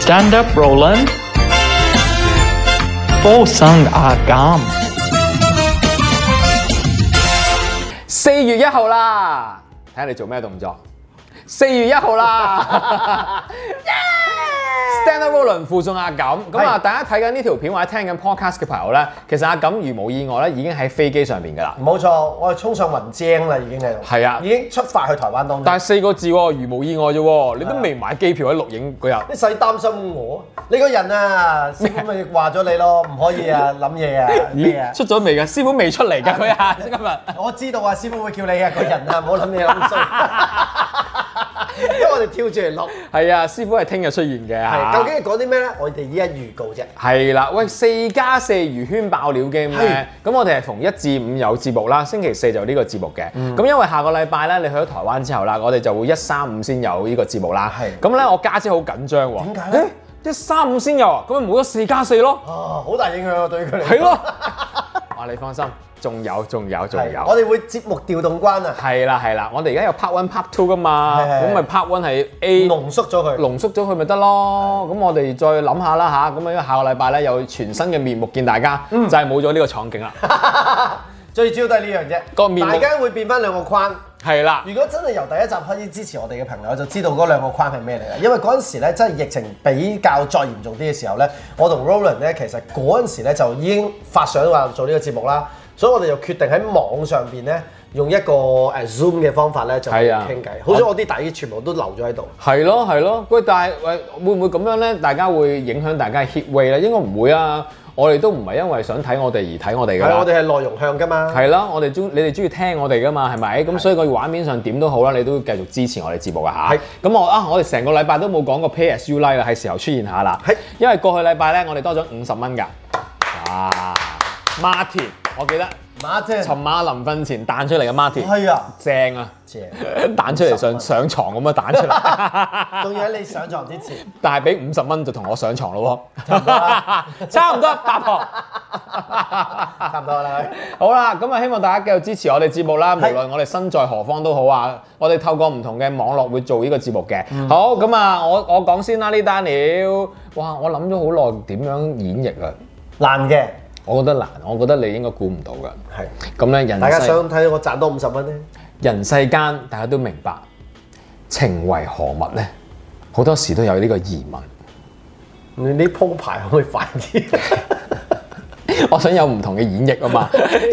Stand up, Roland. Four sung a gum. 四月一號啦，睇下你做咩動作。四月一號啦，Stand Up Roland 附送阿錦。咁啊，大家睇緊呢條片或者聽緊 podcast 嘅朋友咧，其實阿錦如無意外咧，已經喺飛機上邊㗎啦。冇錯，我係衝上雲精啦，已經係。係啊已經出發去台灣當中。但係四個字喎，如無意外啫喎，你都未買機票喺錄影嗰日。你使擔心我，你個人 啊，師傅咪話咗你咯，唔可以啊，諗嘢啊，咩啊咦？出咗未㗎？師傅未出嚟㗎，佢啊，今日。我知道啊，師傅會叫你啊，個人啊，唔好諗嘢 諗衰。因為我哋跳住嚟錄，係啊，師傅係聽日出現嘅係嚇。究竟係講啲咩咧？我哋依家預告啫。係啦，喂，四加四魚圈爆料 game 咧，咁我哋係逢一至五有節目啦，星期四就呢個節目嘅。咁、嗯因為下個禮拜咧，你去咗台灣之後啦，我哋就會一三五先有呢個節目啦。係咁咧，我家姐好緊張喎。點解咧誒？一三五先有啊，咁咪冇咗四加四咯。哦，好大影響啊，對佢嚟講。係 咯。我話你放心，仲有，仲有，仲係。有。我哋會節目調動關啊，係啦，係啦，我哋而家有 part one、part two 噶嘛，係係係咁咪 part one 係 A。濃縮咗佢。濃縮咗佢咪得咯，咁我哋再諗下啦吓，咁因為下個禮拜咧有全新嘅面目見大家，就係冇咗呢個廠景啦。最主要都係呢樣啫。個面目大家會變翻兩個框。係啦，如果真係由第一集開始支持我哋嘅朋友，就知道嗰兩個框係咩嚟啦。因為嗰陣時咧，真係疫情比較再嚴重啲嘅時候咧，我同 Roland 咧，其實嗰陣時咧就已經發想話做呢個節目啦，所以我哋就決定喺網上邊咧用一個誒 Zoom 嘅方法咧就去係啊傾偈。好彩我啲底全部都留咗喺度。係咯係咯，喂，但係喂會唔會咁樣咧？大家會影響大家嘅 hit way 咧？應該唔會啊，我哋都唔係因為想睇我哋而睇我哋㗎係啊我啦。哋係內容向㗎嘛。啊係啦，我哋中你哋中意聽我哋㗎嘛，係咪？咁所以個畫面上點都好啦，你都要繼續支持我哋節目㗎吓係。咁我啊，我哋成個禮拜都冇講過 PSU like 啦，係時候出現下啦係。因為過去禮拜咧，我哋多咗五十蚊㗎。啊，Martin，我記得馬姐，尋晚臨瞓前彈出嚟嘅 Martin，係啊，正啊！正，彈出嚟上上床咁啊，彈出 嚟，仲要喺你上床 之前。但係俾五十蚊就同我上床咯差唔多啦喎， 差唔多八婆。差唔多啦。好啦，咁啊，希望大家繼續支持我哋節目啦。無論我哋身在何方都好啊，我哋透過唔同嘅網絡會做呢個節目嘅。嗯好，咁啊，我我講先啦，呢單料，哇，我諗咗好耐點樣演繹啊，難嘅，我覺得難，我覺得你應該估唔到㗎。係。咁咧，人大家世想睇我賺多五十蚊咧？人世間大家都明白情為何物呢？好多時都有呢個疑問。 你啲鋪排可唔可以快啲？我想有唔同嘅演繹啊 嘛，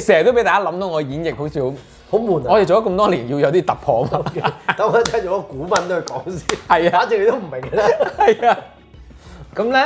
成日都俾大家諗到我演繹好似好，好悶我啊！哋做咗咁多年要有啲突破 啊嘛，等我一陣用個古文都去講先。係啊反正你都唔明嘅啦。係啊，咁咧。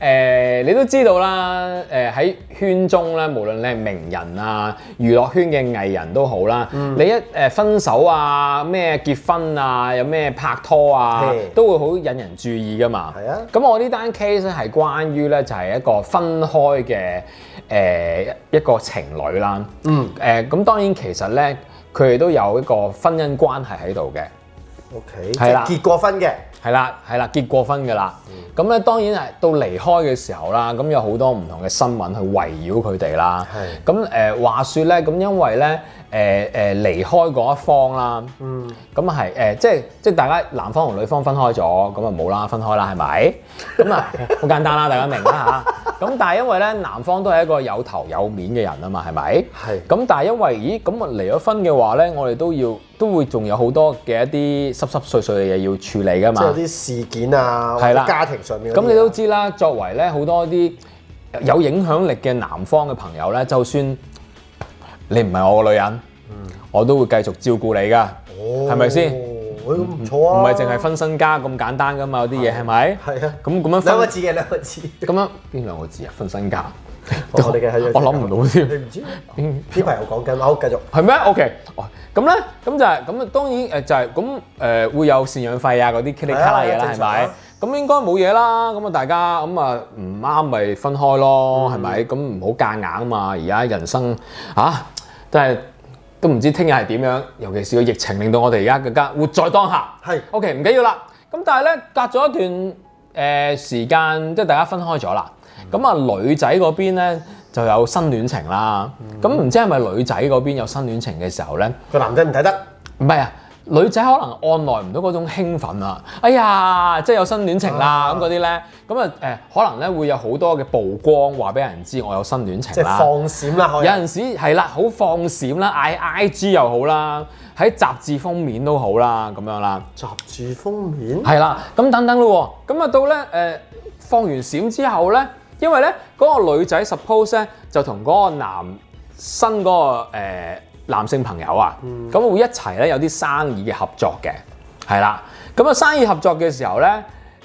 誒、你都知道啦，誒、喺圈中咧，無論你係名人啊、娛樂圈嘅藝人都好啦，嗯你一誒、分手啊、咩結婚啊、有咩拍拖啊係，都會好引人注意噶嘛。係啊咁我呢單 case 咧係關於咧就係一個分開嘅誒、一個情侶啦。嗯。誒咁、當然其實咧，佢哋都有一個婚姻關係喺度嘅， OK，係啦啊即係結過婚嘅，係啦係啦，結過婚㗎啦。嗯咁咧、當然係到離開嘅時候啦，咁有好多唔同嘅新聞去圍繞佢哋啦。係咁誒、呃話説咧，咁因為咧誒誒離開嗰一方啦，嗯，咁係誒即係即係大家男方同女方分開咗，咁啊冇啦，分開啦係咪？咁啊 好簡單啦，大家明啦嚇。咁但係因為咧男方都係一個有頭有面嘅人啊嘛，係咪？係咁但係因為，咦咁啊離咗婚嘅話咧，我哋都要都會仲有好多嘅一啲濕濕碎碎嘅嘢要處理噶即係有嘛。啲事件啊，或係者啦家庭上面嗰啲咁啊。你都知啦，作為咧好多啲呃有影響力嘅男方嘅朋友咧，就算你唔係我個女人，我都會繼續照顧你噶，嗯哦係咪先？喂咁唔錯唔啊！係淨係分身家咁簡單噶嘛，有啲嘢係咪？係啊咁咁樣兩個分字嘅兩個字。咁樣邊兩個字啊？分身家，我哋嘅 係啊我諗唔到添你。唔知？呢排又講緊，好繼續。係咩？OK，哦咁咧，咁就係咁，當然誒就係咁誒會有贍養費啊嗰啲 k i t 係啊卡嘢啦，正係常啊咪？咁應該冇嘢啦，咁啊大家咁啊唔啱咪分開咯，係咪？咁唔好夾硬啊嘛！而家人生啊，真係都唔知聽日係點樣，尤其是個疫情令到我哋而家更加活在當下。係 OK，唔緊要啦。咁但係咧，隔咗一段誒、呃、時間，即係大家分開咗啦。咁啊、女仔嗰邊咧就有新戀情啦。咁唔、知係咪女仔嗰邊有新戀情嘅時候咧？個男仔唔睇得，唔係啊，女仔可能按耐唔到嗰種興奮啊！哎呀，即係有新戀情啦啊咁嗰啲咧，咁啊誒，可能咧會有好多嘅曝光話俾人知我有新戀即情係啦。放閃啦，可以有陣時係啦，好放閃啦，嗌 I G 又好啦，喺雜誌封面都好啦，咁樣啦，集住封面，係啦，咁等等咯喎，咁啊到咧誒、呃放完閃之後咧，因為咧嗰、個女仔 suppose 咧就同嗰個男新嗰、個、呃、男性朋友啊，咁、會一齊咧有啲生意嘅合作嘅，係啦，咁啊生意合作嘅時候咧。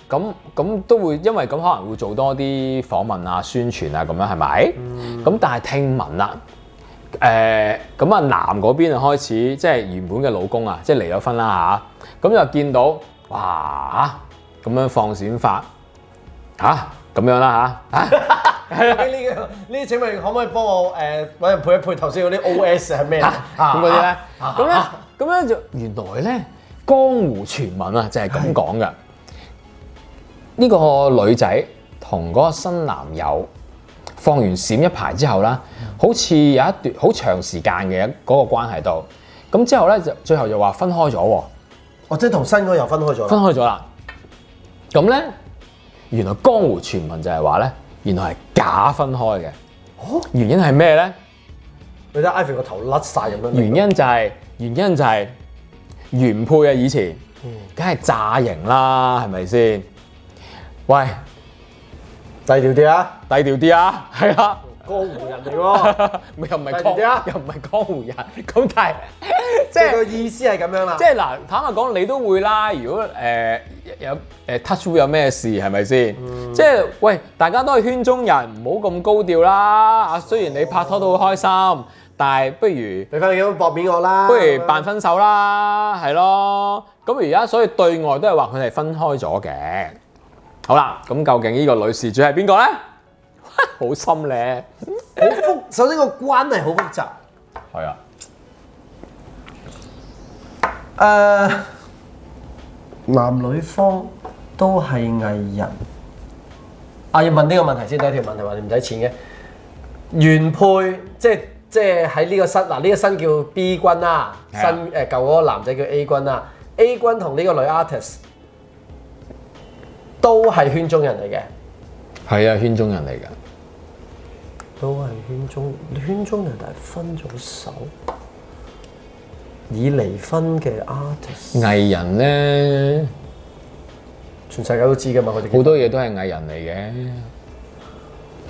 咁咁都會，因為咁可能會做多啲訪問啊、宣傳啊咁樣係咪？咁、但係聽聞啦，誒咁啊，男嗰邊啊開始即係原本嘅老公啊，即係離咗婚啦吓，咁、就見到哇咁樣放閃法吓，咁、樣啦吓，啊呢個呢，請問你可唔可以幫我誒揾人配一配頭先嗰啲 OS 係咩嚟？咁嗰啲咧啊，咁咧咁咧就原來咧江湖傳聞啊，就係咁講嘅。呢個女仔同嗰個新男友放完閃一排之後啦，好似有一段好長時間嘅嗰個關係度，咁之後咧就最後就話分開咗喎。哦，即係同新嗰個又分開咗分啦。開咗啦。咁咧，原來江湖傳聞就係話咧，原來係假分開嘅。哦原因係咩咧？你睇 Ivy 個頭甩晒咁樣。原因就係、原因就係、原配啊，以前嗯梗係詐型啦，係咪先？喂，低調啲啊，低調啲啊，係啦。江湖人嚟喎， 咪 又唔係嗯低調啲啊江，又唔係江湖人，咁但係即即係係個意思係咁樣啦。即係嗱，坦白講，你都會啦。如果誒、呃有誒、呃 touch wood 有咩事係咪先？即係喂，大家都係圈中人，唔好咁高調啦。啊，雖然你拍拖都好開心，但係不如俾翻你咁薄面我啦。不如扮分手啦，係咯。咁而家所以對外都係話佢哋分開咗嘅。好啦，咁究竟呢 個女事主係邊個咧？好心咧，好複，首先個關係好複雜。係啊，誒，男女方都係藝人。啊，要問呢個問題先，第一條問題話你唔使錢嘅原配，即係即係喺呢個新嗱呢個新叫 B 君啦，係新啊誒舊嗰個男仔叫 A 君啦，A 君同呢個女 artist 都係圈中人嚟嘅，係啊，圈中人嚟㗎。都係圈中圈中人，但係分咗手，已離婚嘅 artist，藝人咧，全世界都知㗎嘛，佢哋好多嘢都係藝人嚟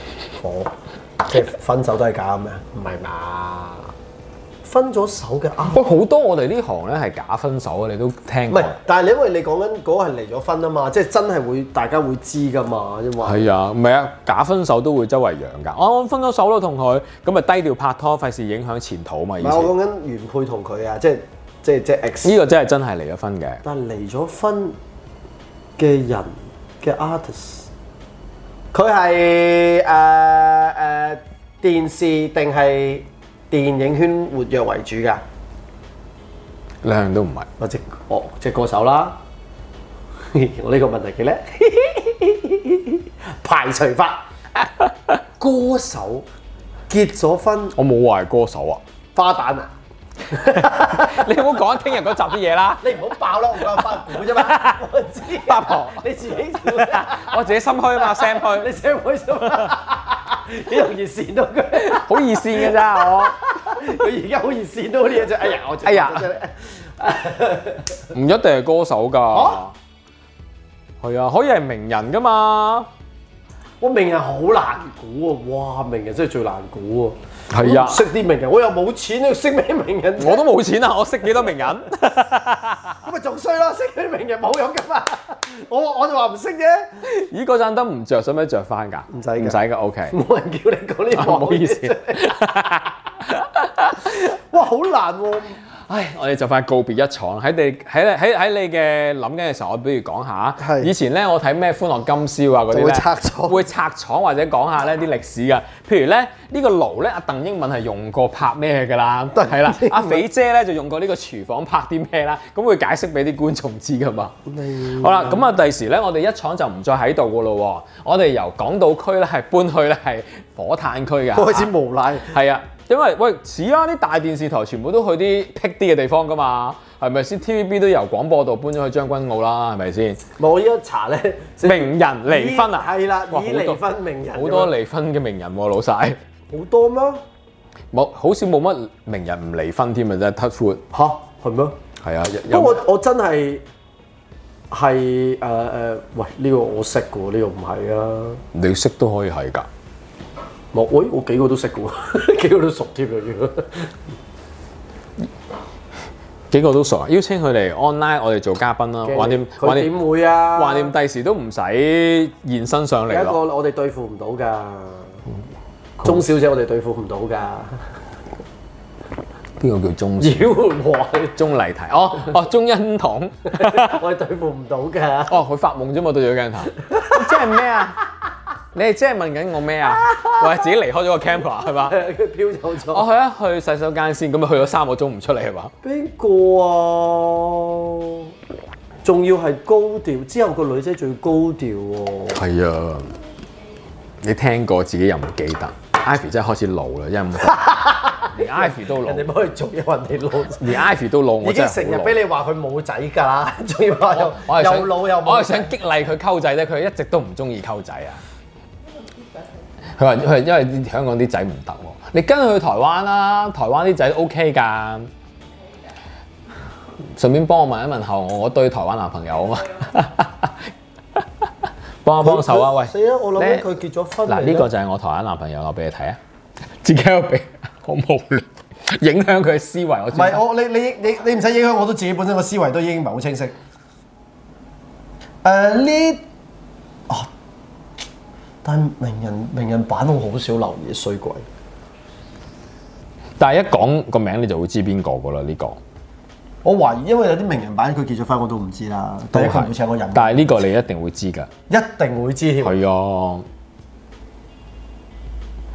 嘅。我即係分手都係假嘅咩？唔係嘛？分咗手嘅啊，喂，好多我哋呢行咧係假分手啊，你都聽唔過係。，但係你因為你講緊嗰個係離咗婚啊嘛，即係真係會大家會知噶嘛，因為係啊，唔係啊，假分手都會周圍揚㗎。我、分咗手咯，同佢咁咪低調拍拖，費事影響前途嘛。以唔前係我講緊原配同佢啊，即係即係即係 X，呢個真係真係離咗婚嘅。但係離咗婚嘅人嘅 artist，佢係誒誒電視定係電影圈活躍為主㗎，兩樣都唔係。或者哦即係歌手啦。 我呢個問題幾叻？ 排除 法，歌手結咗婚我冇話係歌手啊。花旦啊！你唔好講聽日嗰集啲嘢啦，你唔好爆啦，我講花鼓啫 嘛，我知啊八婆 你自己笑， 我自己心虛啊嘛，Sam 虛你，想唔開心啊？ 你容易跣到佢， 好易線嘅咋我。佢而家好易跣到啲嘢啫。哎呀，我哎呀唔一定係歌手㗎。係啊，可以係名人㗎嘛。我明人好難估啊！哇，明人真係最難估喎。係啊我唔識啲名人，我又冇錢，你識咩名人啫？我都冇錢啊，我識幾多名人？咁咪仲衰咯，識佢名人冇用噶嘛。 我我就話唔識啫，咦，嗰盞燈唔着，使唔使着翻㗎？唔使㗎唔使㗎，OK。冇人叫你講呢啊啲唔好意思嘢出嚟。哇，好難喎、 唉，我哋就快告別一廠。喺你喺喺喺你嘅諗緊嘅時候，我不如講下。係以前咧，我睇咩《歡樂今宵》啊嗰啲咧，就會拆廠會拆廠或者講下呢啲歷史㗎。譬如咧，呢個爐咧，阿鄧英文係用過拍咩㗎啦？鄧英係文啦，阿肥姐咧就用過呢個廚房拍啲咩啦？咁會解釋俾啲觀眾知㗎嘛。好啦，咁啊，第時咧，我哋一廠就唔再喺度㗎咯喎。我哋由港島區咧係搬去咧係火炭區㗎。開始無賴。係啊，因為喂似啊，啲大電視台全部都去啲僻啲嘅地方噶嘛。係咪先？TVB 都由廣播道搬咗去將軍澳啦，係咪先？冇依家查咧，名人離婚啊，以係啦，哇以好多離婚名人好多咁樣離婚嘅名人喎，老細好多咩？冇好少冇乜名人唔離婚添啊，真係 touch wood 嚇係咩？係啊，有不過我我真係係誒誒，喂呢個我識嘅喎，呢個唔係啊。你識都可以係㗎。冇，我我幾個都識嘅喎， 幾個都熟添啊！ 如果幾個都熟啊！邀請佢嚟 online，我哋做嘉賓啦，橫掂橫佢點掂會啊？橫掂，第時都唔使現身上有嚟一個咯。我哋對付唔到㗎，鐘小姐我哋對付唔到㗎。邊個叫鐘小？ 妖我鐘麗緹哦哦，鐘欣彤 我哋對付唔到 㗎。哦，佢發夢啫嘛，對住個鏡頭， 即係咩啊？你係即係問 緊我咩啊？或者自己離開咗個 camera 係嘛？佢飄走我咗。去一去洗手間先，咁咪去咗三個鐘唔出嚟係嘛？邊個啊？仲要係高調，之後個女仔最高調喎。係啊，你聽過自己又唔記得，Ivy 真係開始老啦，因 為連 Ivy 都老，人哋幫佢做嘢，人哋老。連 Ivy 都老，我已經真係成好日老俾你話佢冇仔㗎啦， 仲要話又我係想又老又冇仔。我係想激勵佢溝仔咧，佢一直都唔中意溝仔啊。佢話佢話因為啲香港啲仔唔得喎，你跟佢去台灣啦，台灣啲仔 OK 㗎。順便幫我問一問候我，我對台灣男朋友啊嘛， 幫一幫手啊喂！死啦！我諗你緊佢結咗婚嗱未呢咧個就係我台灣男朋友，我俾你睇啊，自己喺度俾，好無聊，影響佢嘅思維。我唔知係我你你你你唔使影響我都自己本身個思維都已經唔係好清晰。誒、呢哦，但係名人名人版我好少留意衰鬼。但係一講個名你就會知邊個㗎啦呢個。我懷疑，因為有啲名人版佢結咗婚我都唔知啦。第一佢唔會請我飲，但係呢個你一定會知㗎，一定會知添。係啊，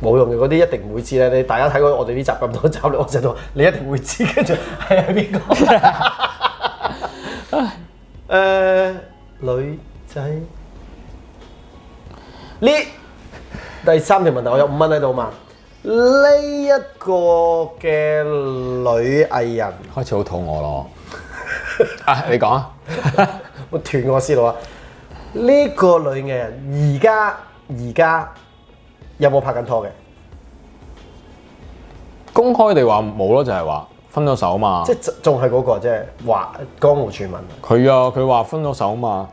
冇用嘅嗰啲一定唔會知咧。你大家睇過我哋呢集咁多集，我成日都話你一定會知，跟住係係邊個？誒女仔呢第三條問題，我有五蚊喺度嘛？呢一個嘅女藝人，開始好肚餓咯。 啊，你講啊，我斷我思路啊！呢、個女藝人而家而家有冇拍緊拖嘅？公開地話冇咯，就係話分咗手嘛即。係仲係嗰個即係話江湖傳聞。佢啊，佢話分咗手嘛。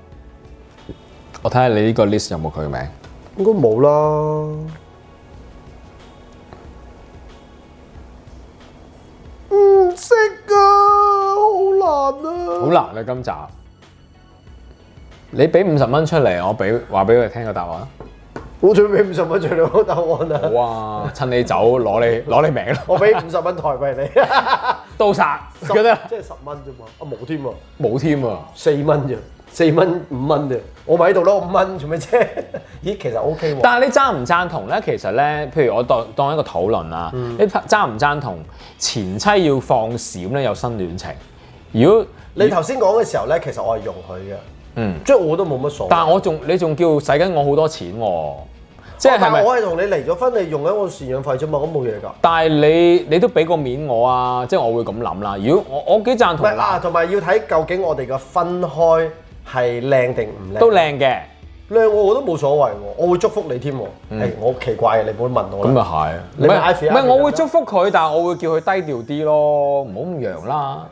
我睇下你呢個 list 有冇佢嘅名。應該冇啦。唔識啊，好難啊！好難啊，今集。你俾五十蚊出嚟，我俾話俾佢聽個答案。啊我準備五十蚊最兩個答案啊！好啊，趁你走攞你攞你名咯，我俾五十蚊台幣你，刀殺十覺得即係十蚊啫嘛，啊冇添啊，冇添啊。四蚊啫，四蚊五蚊啫，我咪喺度攞五蚊做咩啫？ 咦，其實 OK 喎，但係你贊唔贊同咧？其實咧，譬如我當當一個討論啦，嗯你贊唔贊同前妻要放閃咧有新戀情？如果你頭先講嘅時候咧，其實我係容許嘅，嗯，即係我都冇乜所謂。但係我仲你仲叫使緊我好多錢喎、即係係哦但係咪？我係同你離咗婚，你用緊我贍養費啫嘛，我冇嘢㗎。但係你你都俾個面我啊！即係我會咁諗啦。如果我我幾贊唔同係啊，嗱，同埋要睇究竟我哋嘅分開係靚定唔靚。都靚嘅，靚我我都冇所謂喎，我會祝福你添喎。誒，我奇怪嘅，你唔好問我嗯咁又啊啦。係。唔你咪 Ivy，係唔係， Ivy 我會祝福佢，但係我會叫佢低調啲咯，唔好咁揚啦。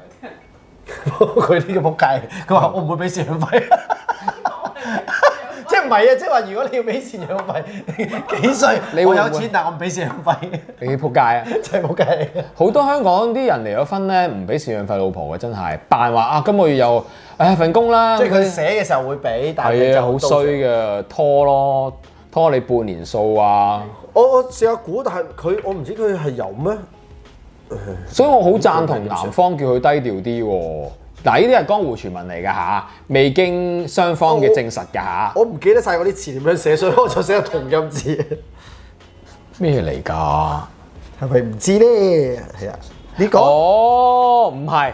佢呢個仆街，佢啊話我唔會俾贍養 費。即係唔係啊？即係話如果你要俾贍養費，幾歲？你會唔我會有錢，但我唔俾贍養費， 你仆街啊！真係仆街嚟嘅。好多香港啲人離咗婚咧，唔俾贍養費老婆嘅，真係扮話啊，今個月又唉份工啦，即係佢寫嘅時候會俾，但係係就啊，好到時衰嘅，拖咯，拖你半年數啊，我我試下估，但係佢我唔知佢係有咩。所以我好贊同男方叫佢低調啲喎。嗱，呢啲係江湖傳聞嚟㗎嚇，未經雙方嘅證實㗎嚇。我唔記得晒嗰啲詞點樣寫，所以我就寫個同音字。咩嚟㗎？係咪唔知咧？係啊，呢個哦，唔係，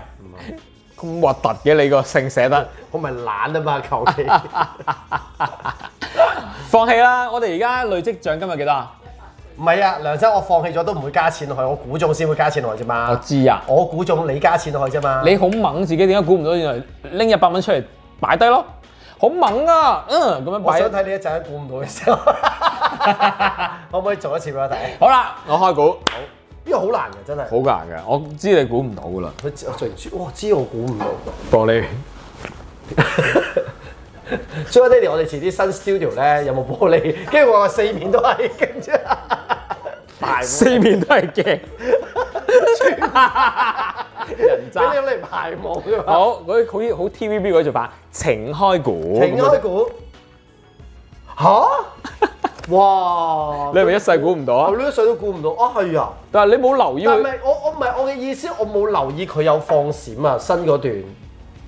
咁核突嘅你個姓寫得。我咪懶啊嘛，求 其放棄啦！我哋而家累積獎金係幾多啊？唔係啊，梁生，我放棄咗都唔會加錢落去，我估中先會加錢落去啫我嘛。知啊，我估中你加錢落去啫嘛。你好猛自己點解估唔到？原來拎一百蚊出嚟擺低咯，好猛啊！嗯，咁樣我想擺。睇你一陣估唔 到嘅時候，可唔可以做一次俾我睇？好啦，我開估，呢個好難嘅真係。好難嘅，我知你估唔到噶啦。佢知我最知，哇！知我估唔到。幫你所以爹哋，我哋遲啲新 studio 咧有冇 玻璃？跟住我話四面都係，跟住大四面都係鏡，人俾你嚟排舞㗎嘛。好，嗰啲好似好 TVB 嗰啲做法，請開估。停 開估吓？哇！你係咪一世估唔到啊哦我？呢一歲都估唔到啊，係啊！但係你冇留意但係佢。咪我我唔係我嘅意思，我冇留意佢有放閃啊，新嗰段。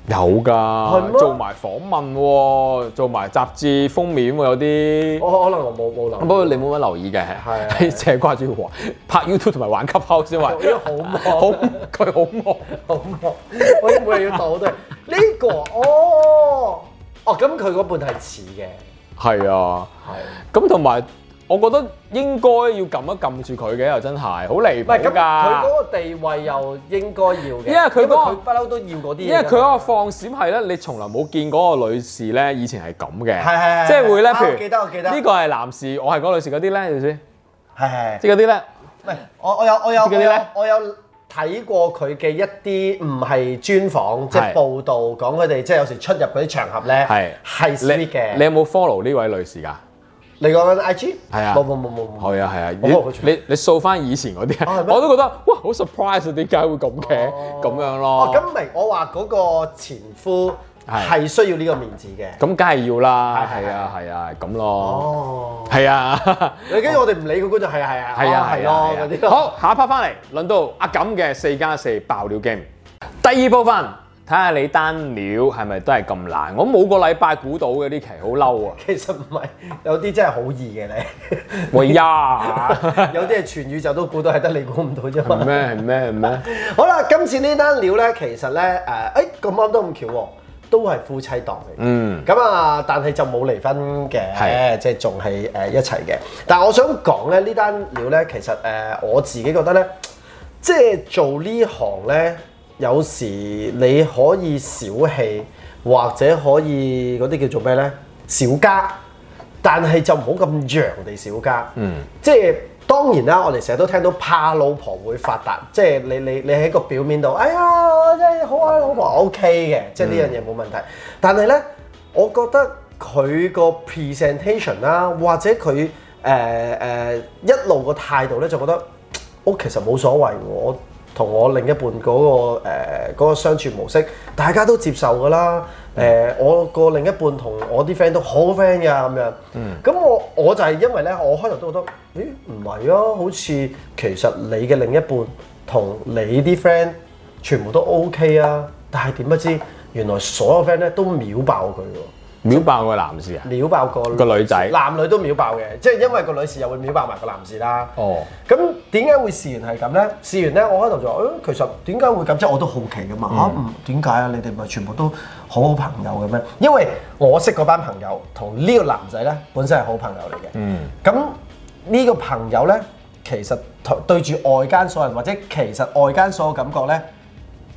有係㗎，咩做埋訪問喎，做埋雜誌封面喎，有啲。哦我可能我冇冇留意。不過你冇乜留意嘅，係係淨係掛住玩拍 YouTube 同埋玩 Clubhouse 啫嘛。 因為好忙 好佢好忙。好忙，我要每日要倒對呢個哦哦，咁佢嗰半係似嘅，係啊，係咁同埋我覺得應該要撳一撳住佢嘅，又真係好離唔係譜咁佢㗎。嗰個地位又應該要嘅，因為佢嗰個不嬲都要嗰啲嘢㗎嘛，啊因為佢嗰個放閃係咧，你從來冇見嗰個女士咧，以前係咁嘅，係係係即係會咧，啊譬如我記得我記得呢個係男士，我係嗰個女士嗰啲咧，係咪先？係係係即係嗰啲咧，喂，我我有我有知嗰啲咧我有我有睇過佢嘅一啲唔係專訪，即係係報導講佢哋即係有時出入嗰啲場合咧，係係 sweet 你嘅。有冇 follow 呢位女士㗎？你講緊 IG 係啊冇冇冇冇冇，係啊係啊，我冇你你你掃翻以前嗰啲，啊係咩我都覺得哇好 surprise 啊！點解會咁嘅哦咁樣哦咯？咁明我話嗰個前夫係係需要呢個面子嘅。咁梗係要啦，係係係啊係啊咁咯，哦，係啊。你跟住我哋唔理個觀眾係啊係啊，係啊，係咯嗰啲咯。好，下一 part 翻嚟，輪到阿錦嘅四加四爆料 game。第二部分，睇下你單料係咪都係咁難。我冇個禮拜估到嘅呢期，好嬲啊！其實唔係，有啲真係好易 嘅你，喂 呀，有啲係全宇宙都估到，係得你估唔到啫係嘛。咩係咩係咩？好啦，今次呢單料咧，其實咧誒，誒咁啱都咁巧喎，都係夫妻檔嚟嘅。嗯，咁啊，但係就冇離婚嘅，係即係仲係誒一齊嘅。但係我想講咧，呢單料咧，其實誒、呃我自己覺得咧，即係做呢行咧，有時你可以小氣，或者可以嗰啲叫做咩咧，小家，但係就唔好咁揚地小家。嗯，即係。當然啦，我哋成日都聽到怕老婆會發達，即係你你你喺個表面度，哎呀，我真係好愛老婆，OK 嘅，即係呢樣嘢冇問題。但係咧，我覺得佢個 presentation 啦，或者佢誒誒一路個態度咧，就覺得我其實冇所謂喎，我同我另一半嗰、個誒嗰、個相處模式，大家都接受㗎啦。嗯誒、我個另一半同我啲 friend 都好 friend 㗎咁樣。嗯咁我我就係因為咧，我開頭都覺得，咦唔係啊，好似其實你嘅另一半同你啲 friend 全部都 OK 啊，但係點不知原來所有 friend 咧都秒爆佢喎。秒爆個男士啊！秒爆個個女仔男女都秒爆嘅，即係因為個女士又會秒爆埋個男士啦。哦，咁點解會事緣係咁咧？事緣咧，我開頭就話，誒、其實點解會咁？即係我都好奇噶嘛，嚇唔點解啊？你哋咪全部都好好朋友嘅咩？因為我識嗰班朋友同呢個男仔咧，本身係好朋友嚟嘅。嗯，咁呢個朋友咧，其實同對住外間所有人，或者其實外間所有感覺咧，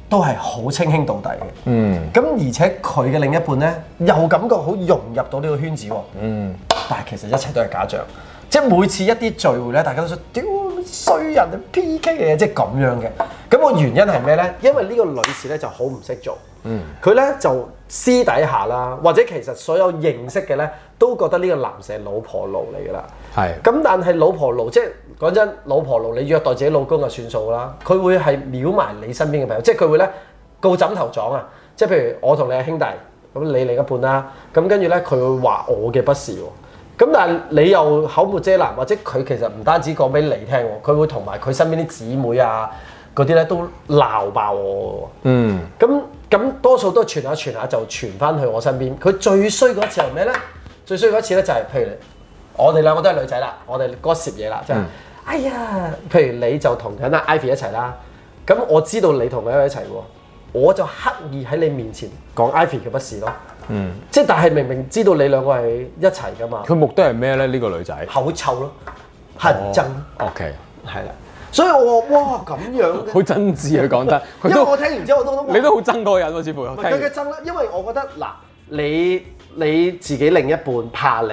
都係好稱兄道弟嘅。嗯，咁而且佢嘅另一半咧，又感覺好融入到呢個圈子喎。嗯，但係其實一切都係假象，即係每次一啲聚會咧，大家都想屌衰人 P K 嘅嘢，即係咁樣嘅。咁個原因係咩咧？因為呢個女士咧就好唔識做，嗯，佢咧就私底下啦，或者其實所有認識嘅咧，都覺得呢個男士係老婆奴嚟㗎啦。係咁但係老婆奴，即係講真，老婆奴你虐待自己老公就算數啦，佢會係秒埋你身邊嘅朋友，即係佢會咧告枕頭撞啊！即係譬如我同你係兄弟，咁你另一半啦，咁跟住咧佢會話我嘅不是喎。咁但係你又口沒遮攔，或者佢其實唔單止講俾你聽喎，佢會同埋佢身邊啲姊妹啊嗰啲咧都鬧爆我喎。嗯，咁咁多數都傳下傳下就傳翻去我身邊。佢最衰嗰次係咩咧？最衰嗰次咧就係、譬如我哋兩個都係女仔啦，我哋嗰攝嘢啦，即係、哎呀，譬如你就同緊阿 Ivy 一齊啦，咁我知道你同佢一齊喎，我就刻意喺你面前講 Ivy 嘅不是咯。嗯，即係但係明明知道你兩個係一齊噶嘛，佢目的係咩咧？呢個女仔口臭咯。恨憎， OK，係啦。所以我話哇咁樣嘅，好真摯啊，講得，佢 因為都我聽完之後我都都你都好憎嗰個人喎，似乎唔聽係佢嘅完。爭啦，因為我覺得嗱，你你自己另一半怕你，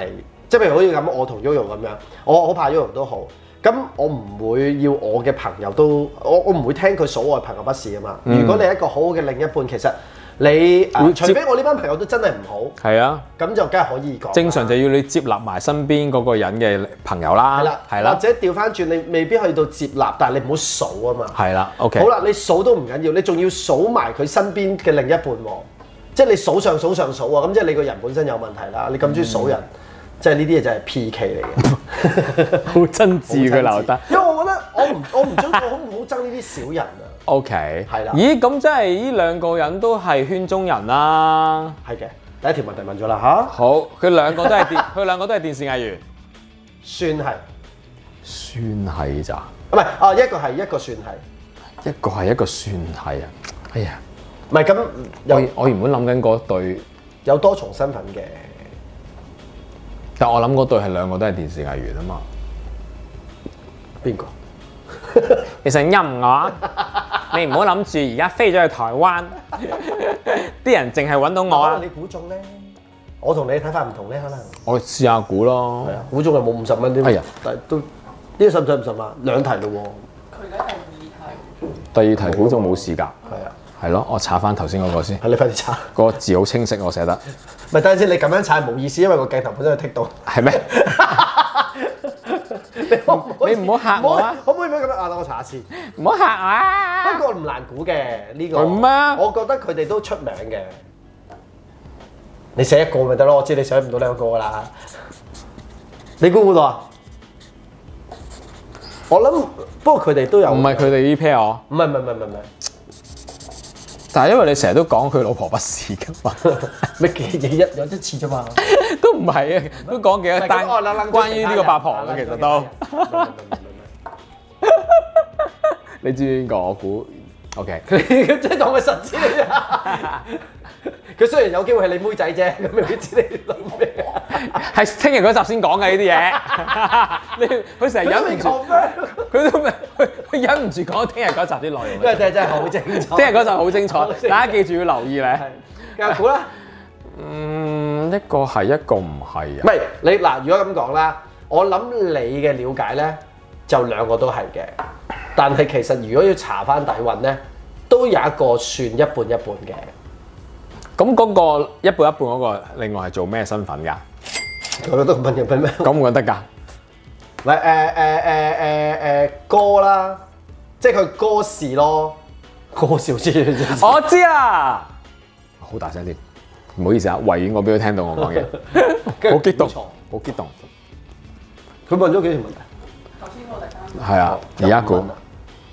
即係譬如好似咁，我同 Yoyo 咁樣，我好怕 Yoyo 都好，咁我唔會要我嘅朋友都，我我唔會聽佢數我係朋友不是啊嘛。如果你係一個好好嘅另一半，其實你、啊嗯會除接非我呢班朋友都真係唔係啊，好，咁就梗係可以講啦。正常就要你接納埋身邊嗰個人嘅朋友係啦啦，，係或啦，者調翻轉，你未必去到接納，但係你唔好數啊嘛。係啦，OK。好啦，你數都唔緊要，你仲要數埋佢身邊嘅另一半喎，即係你數上數上數啊，咁即係你個人本身有問題啦，你咁中意數人，嗯即係呢啲嘢就係 P K 嚟 嘅。好真摯佢留得。 因為我覺得我唔我唔中我好唔好憎呢啲小人啊， O K，係啦咦，咁即係呢兩個人都係圈中人啦。係嘅，第一條問題問咗啦好，佢兩個都係 電，佢兩個都係電視藝員。吓，算係算係咋？唔係啊？一個係一個算係，一個係一個算係啊！哎呀，唔係咁我有我原本諗緊嗰對，有多重身份嘅，但我諗嗰對係兩個都係電視藝員啊嘛。邊個？你想陰我？你唔好諗住而家飛咗去台灣，啲人淨係揾到我啊可能！哦你估中咧，我同你睇法唔同咧，可能。我試下估咯係。啊，估中又冇五十蚊添。哎呀但係都呢個使唔使五十萬？兩題嘞喎。第二題估仲冇事㗎，係啊，係咯，我查翻頭先嗰個先，係你快啲查。個字好清晰，我寫得咪等陣先，你咁樣踩冇意思，因為個鏡頭本身係剔到。係咩？你可唔可以你唔好嚇我啊唔可以可唔可以唔好咁樣啊？等我查一次。唔好嚇我啊！不過唔難估嘅呢個。係咩我覺得佢哋都出名嘅。你寫一個咪得咯，我知你寫唔到兩個㗎啦。你估唔估到啊？我諗，不過佢哋都有。唔係佢哋呢 pair 我，唔係，唔係唔係唔係唔係。但係因為你成日都講佢老婆不是㗎嘛， 咪幾幾一有啲似啫嘛。都唔係啊，都講幾多單但關於呢個八婆嘅其實都。你知唔知邊個？我估 OK， 佢真係當佢神知你啊！佢雖然有機會係你妹仔啫，咁未必知你諗咩。係聽日嗰集先講嘅呢啲嘢。 你佢成日 有忍未唔住，佢都未佢佢忍唔住講聽日嗰集啲內容因。為真係真係好精彩。聽日嗰集好精好彩，大家記住要留意咧。繼續估啦。嗯，一個係一個唔係唔啊。係你嗱，如果咁講啦，我諗你嘅了解咧，就兩個都係嘅。但係其實如果要查翻底韻咧，都有一個算一半一半嘅。咁嗰個一半一半嗰個，另外係做咩身份㗎？我都唔問人問咩？咁唔得㗎？唔係誒誒誒誒誒歌啦，即係佢歌事咯，歌事好似我知啦，好大聲啲，唔好意思啊，維園嗰邊都聽到我講 嘢，好激動，好激動，佢問咗幾條問題？係啊，而家估，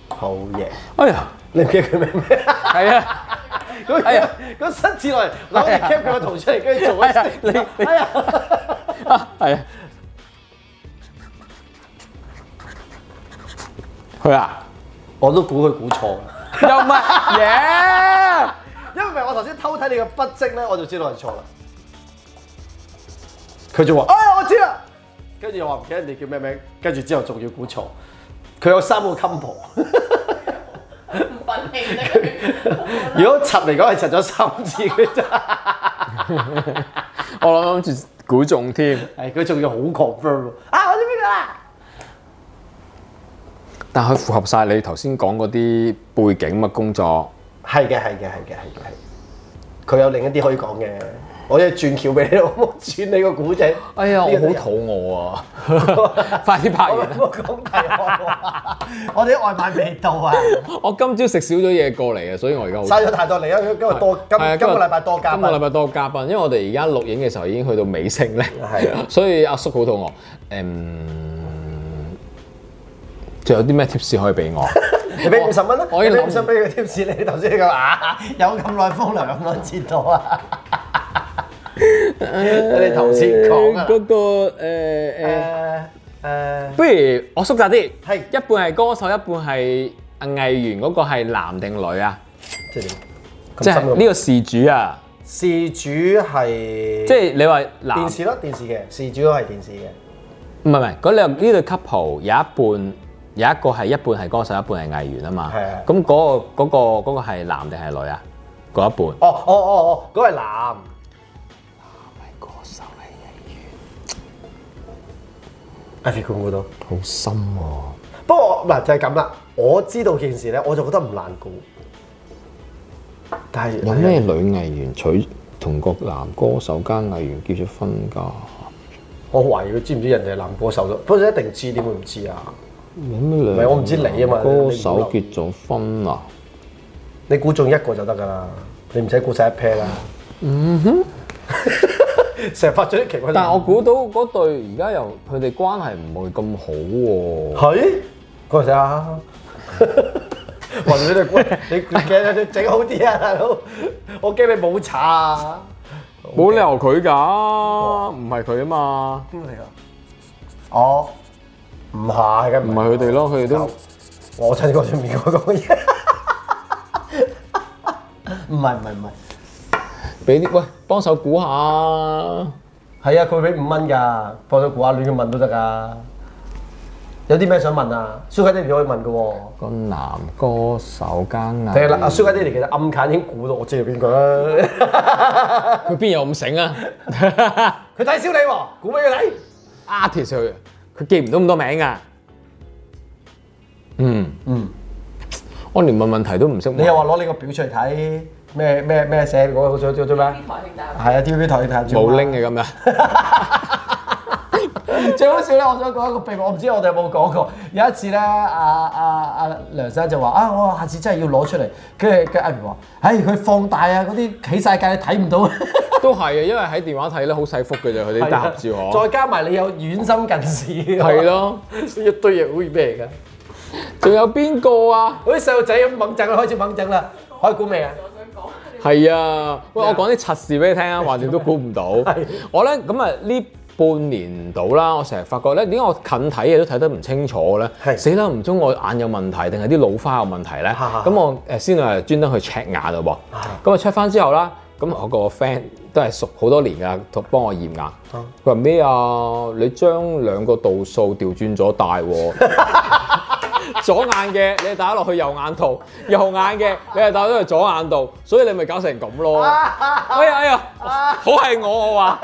好嘢，哎呀，你唔記得佢咩咩？係啊，咁哎呀咁新字落嚟，攞啲 cap 佢個圖出嚟，跟住做一哎呀次。你你哎呀， 係啊，佢啊，我都估佢估錯啦。又唔 係嘢，因為我頭先偷睇你嘅筆跡咧，我就知道係錯啦。佢就話：哎呀，我知啦。跟住又話唔記得你叫咩名，跟住之後仲要估錯。佢有三個 combo。如 果柒嚟講係柒咗三次嘅 啫，我諗諗住估中添，係佢仲要好 confirm 喎啊！我知邊個啦？但佢符合晒你頭先講嗰啲背景乜工作，係嘅，係嘅，係嘅，係嘅，係。佢有另一啲可以講嘅，我一轉橋俾你，我冇轉你個古仔。哎呀，我呢個好肚餓啊， 快啲拍完啊。我講題外話，我哋啲外賣未到 啊， 我今朝食少咗嘢過嚟啊，所以我而家好嘥咗太多力啊！因為今日多今係啊今個禮拜多嘉今個禮賓，拜多嘉賓，因為我哋而家錄影嘅時候已經去到尾聲咧，係啊 所以阿叔好肚餓。嗯，仲有啲咩 tips 可以俾 我？你俾五十蚊啦，我我要你俾諗五十俾佢貼士，你頭先咁啊，有咁耐風涼咁耐折到啊！你頭先講啊嗰個誒誒，誒誒，不如我縮窄啲，係一半係歌手，一半係藝員，嗰個係男定女啊？即係點即咁係深嘅呢個事主啊，事主係即係你話男電視咯，電視嘅事主都係電視嘅，唔係唔係，嗰兩呢對 couple 有一半有一個係一半係歌手，一半係藝員啊嘛。係係咁嗰、個嗰、個嗰、個係男定係女啊？嗰一半。哦哦哦哦，嗰個係男，歌手嚟阿 Fit 估唔估到？嘅，好深喎、不過嗱就係咁啦，我知道件事咧，我就覺得唔難估。但係哎有咩女藝員娶同個男歌手加藝員結咗婚㗎？我懷疑佢知唔知人哋係男歌手咗，不過一定知，點會唔知啊？有咩兩唔係我唔知你啊嘛男你你唔歌好手留意結咗婚啊？你估中一個就得㗎啦，你唔使估晒一 pair 啦。嗯 哼，成日發咗啲奇怪。但係我估到嗰對而家又佢哋關係唔係咁好喎、係嗰陣時 啊，話你哋估，你你你整好啲啊，大佬！我驚你冇查啊。冇理由佢㗎，唔係佢啊嘛，邊嚟啊？哦，唔係嘅，唔係佢哋咯，佢哋都我親過出面嗰個嘢。唔係唔係唔係，俾啲喂幫手估下啊。係啊，佢會俾五蚊㗎，幫咗估下亂咁問都得㗎。有啲咩想問啊？蘇家爹哋可以問㗎喎。個男歌手加藝係啦，阿蘇家爹哋其實暗揀已經估到我知係邊個啦。 佢邊有咁醒 啊佢睇小你喎，估俾佢睇。 ？artist 佢佢記唔到咁多名㗎。嗯嗯，我連問問題都唔識問。你又話攞你個表出嚟睇咩咩咩寫嗰個做做做咩？係啊，TVB 台慶大合照冇嘛拎嘅咁樣。最好笑咧，我想講一個秘密，我唔知我哋有冇講過。有一次咧，阿阿阿梁生就話：啊，我下次真係要攞出嚟。跟住跟住阿 B 話：唉，佢放大啊，嗰啲企晒界你睇唔到。都係嘅，因為喺電話睇咧好細幅嘅啫，佢啲大合照再嗬。加埋你有遠心近視。係，咯，一堆嘢好似咩嚟㗎？仲有邊個啊？好似細路仔咁掹整啦，開始掹整啦，可以估未啊？係啊，喂，我講啲測事俾你聽啊，橫掂都估唔到。 我咧咁啊呢半年到啦，我成日發覺咧，點解我近睇嘢都睇得唔清楚咧？係死啦，唔中我眼有問題定係啲老花有問題咧？哈哈咁我誒先係專登去 check 眼嘞噃。咁啊 check 翻之後啦，咁我個 friend 都係熟好多年㗎，幫我驗眼。哦佢話咩啊？你將兩個度數調轉咗大喎。左眼嘅你打落去右眼度，右眼嘅你係打咗去左眼度，所以你咪搞成咁 咯。哎呀哎呀，好係我我話，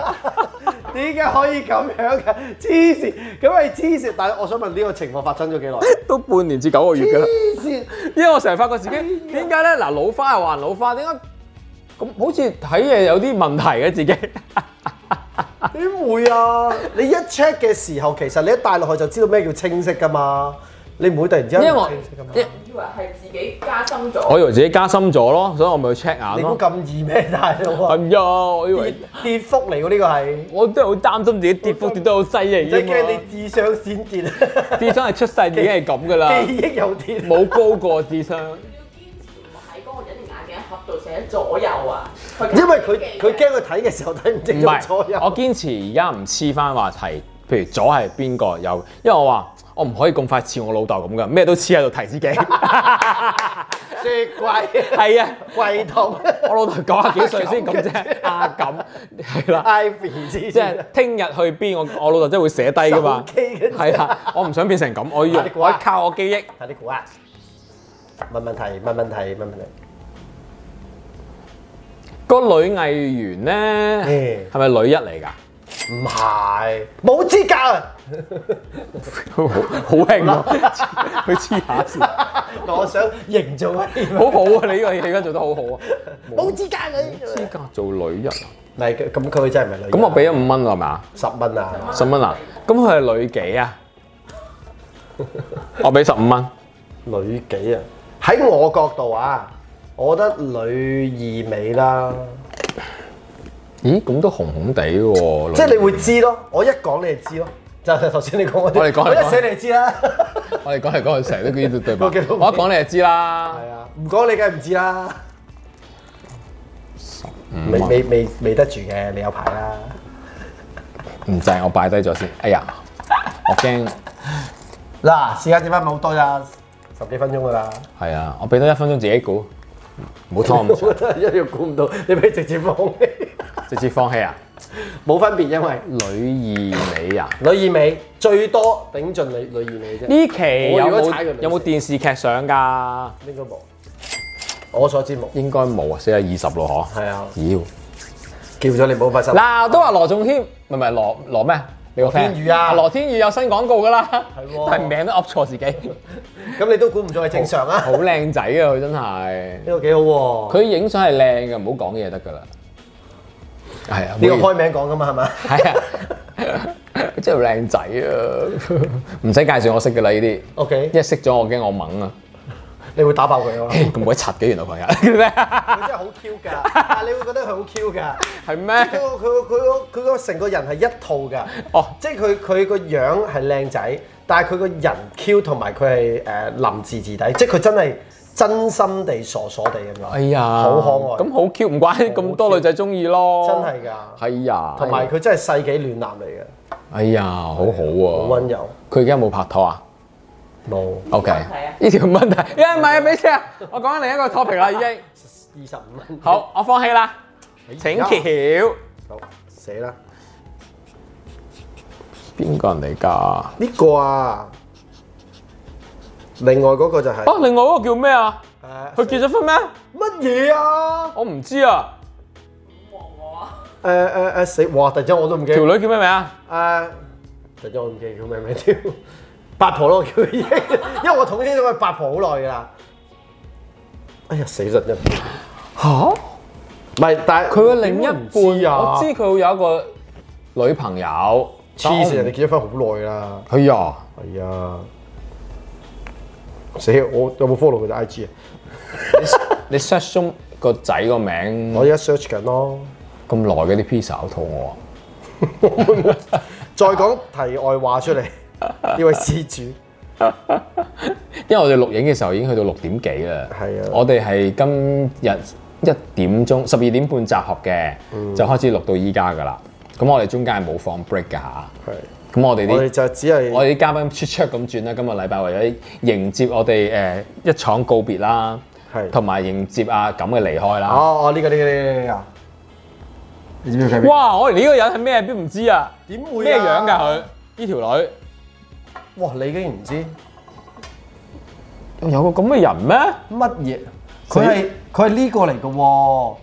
點解可以咁樣嘅？黐線，咁係黐線。但係我想問呢個情況發生咗幾耐？都半年至九個月㗎啦。黐線，因為我成日發覺自己點解咧嗱老花又還老花，點解咁好似睇嘢有啲問題嘅自己？點會啊？你一 check 嘅時候，其實你一戴落去就知道咩叫清晰噶嘛。你唔會突然之間因為我唔清晰噶嘛。因以為係自己加深咗。 我以為自己加深咗咯，所以我咪去 check 眼你估咯。咁易咩，大佬啊？係啊，我以跌為跌幅嚟喎，呢個係。我真係好擔心自己跌幅跌得好犀利即係啫驚嘛。你智商先跌，記智商係出世已經係咁㗎啦，憶又跌。冇高過智商。要堅持喺嗰個隱形眼鏡盒度寫左右啊！因為佢佢驚佢睇嘅時候睇唔唔清楚係左，右。我堅持而家唔黐翻話題，譬如左係邊個右，因為我話我唔可以咁快似我老豆咁噶，咩都黐喺度提 自己。係雪櫃啊， 櫃桶我老豆九十幾歲先咁 啫，啊咁係啦， ，Ivy 之即係聽日去邊，我我老豆真係會寫低噶嘛手機嗰啲，係啦，我唔想變成咁，我 要你用估我下靠我記憶，睇你估啊！問問題，問問題，問問題。個女藝員咧嗯係咪女一嚟㗎？唔係，冇資格啊！好好興啊喎， 佢黐下線，我想營造一啲好好啊！你呢個戲而家做得好好啊，冇資格你。資格做女一啊。嚟咁佢真係唔係女人？咁我俾咗五蚊啦，係嘛？十蚊啊！十蚊啊？咁佢係女幾啊？ 我俾十五蚊，女幾啊？喺我角度啊，我覺得女二尾啦，咦？咁都紅紅地喎，即係你會知咯。我一講你就知咯，就係頭先你講嗰啲。我哋講我嚟一講寫你就知啦。我哋講嚟講去成日都呢對對 白，我記得我一講你就知啦。係啊，唔講你梗係唔知啦。未未未未得住嘅，你有排啦。唔制，我擺低咗先。哎呀，我驚嗱，時間剩翻咪好多咋，十幾分鐘㗎啦。係啊，我俾多一分鐘自己 估，唔好拖咁長，我真係一樣估唔到，你俾直接放棄。直接放棄啊！冇分別，因為女二美啊！女二尾最多頂盡女女二尾啫。呢期有我如果踩佢冇女有冇電視劇上㗎？應該冇，我所知冇。應該冇啊，死係二十咯係啊，嗬。妖叫咗你冇發生。嗱，都話羅仲軒，唔係唔係羅羅咩？你個 friend 天宇啊羅天宇有新廣告㗎啦，係喎但係名都噏錯自 己，咁你都估唔中係正常啊？好靚仔啊佢真係，呢個幾好喎。佢影相係靚嘅，唔好講嘢得㗎啦。係啊，呢個每開名講噶嘛係嘛？係啊，佢真係靚仔啊！唔使介紹我識㗎啦呢啲， OK，一識咗我驚我懵啊！ 你會打爆佢 我諗。咁鬼柒嘅原來朋友， 佢真係好 Q 㗎，但係你會覺得佢好 Q 㗎。係佢咩？個佢個佢個佢個成個人係一套㗎。哦即係佢佢個樣係靚仔，但係佢個人 Q 同埋佢係誒林字字底，即係佢真係真心地傻傻地咁樣。哎呀，好可愛咁好 Q，唔怪咁多女仔中意咯，真係㗎係呀，同埋佢真係世紀暖男嚟嘅，哎呀，好好好喎，温柔。佢而家有冇拍拖啊冇？OK，呢條問題，呀唔係啊，俾先啊，我講緊另一個 topic 啦已經，二十五蚊。好，我放棄啦，請呀橋，好死啦！邊個人嚟㗎？哦，呢個啊，另外嗰個就係另外嗰個叫咩啊？誒佢結咗婚咩？乜嘢啊？我唔知啊，誒誒誒死！哇！突然之間我都唔記得條。女叫咩名啊？誒，突然間我唔記得叫咩名添， 八婆咯，我叫佢已經， 因為我統稱咗佢八婆好耐㗎啦。哎呀，死神啫！唔嚇！係，但係佢嘅另一點會唔知半，啊，我知佢會有一個女朋友。黐線，人啊哋結咗婚好耐啦。哎呀，係啊，死！我有冇 follow 佢嘅 IG 啊？你 search 中個仔個名我而家 search 緊咯。咁耐嗰啲 pizza 好肚餓啊！再講題外話出嚟， 呢位施主因為我哋錄影嘅時候已經去到六點幾啦。係啊我哋係今日一點鐘十二點半集合嘅，嗯就開始錄到依家㗎啦。咁我哋中間係冇放 break 㗎嚇。係咁我哋我哋啲就只係我哋啲嘉賓出出咁轉啦，今日禮拜為咗迎接我哋誒、呃一廠告別啦，係同埋迎接阿咁嘅離開啦。哦哦呢個呢個呢個呢個，你知唔知佢係邊哇！我連呢個人係咩都唔知啊，點會啊咩樣㗎佢？呢條哇你竟然唔知？女有個咁嘅人咩？乜嘢？佢係佢係呢個嚟嘅喎，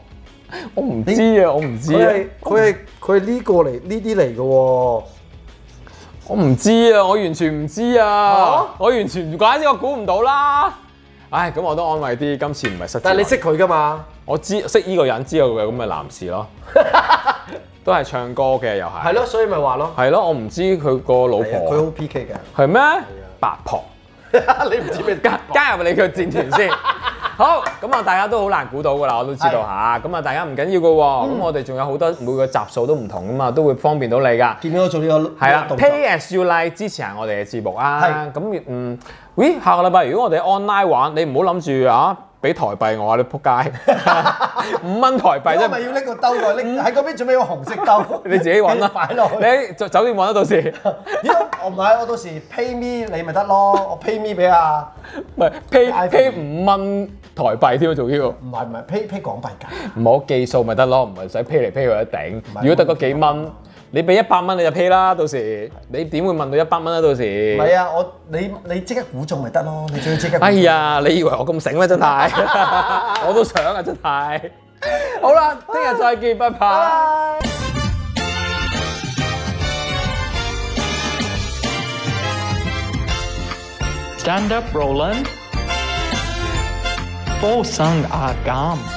我唔知啊，我唔知佢啊，係佢係佢係呢個嚟呢啲嚟嘅喎。我唔知啊，我完全唔知啊嚇，我完全唔怪之我估唔到啦。唉，咁我都安慰啲，今次唔係失。但係你識，佢㗎嘛？我知識呢個人，知道佢有咁嘅男士 咯，都係唱歌嘅又係係，咯，所以咪話咯，係咯，我唔知佢個老係啊佢婆好啊 P K 係咩八婆。嘅， 你唔知咩？啊加加入你嘅戰團 先。好，咁啊，大家都好難估到噶啦，我都知道吓。咁啊，大家唔緊要噶喎。咁、嗯我哋仲有好多每個集數都唔同噶嘛，都會方便到你噶。見到我做呢個係啦動作，Pay as you like 支持下我哋嘅節目啊係。咁嗯，咦，下個禮拜如果我哋 online 玩，你唔好諗住啊，俾台幣我啊，你撲街，五蚊台幣我啫咪。要拎個兜過去拎喺嗰邊，準備個紅色兜，嗯 你自己揾啦擺落，去。你酒酒店揾得到 時，咦我唔係，我到時 pay me 你咪得咯，我 pay me 俾啊，唔係 pay iPhone pay 五蚊台幣添啊，仲要。唔係唔係 pay pay 港幣㗎，唔好記數咪得咯，唔係使 pay 嚟 pay 去一頂。係如果得嗰幾蚊，你俾一百蚊你就 pay 啦，到時你點會問到一百蚊啊？到時唔，係啊，我你你即刻估中咪得咯，你最即刻估中。哎呀，你以為我咁醒咩？真 係，我都想啊，真係。好啦，聽日再見，拜拜。 Stand up, Roland. For sung agam.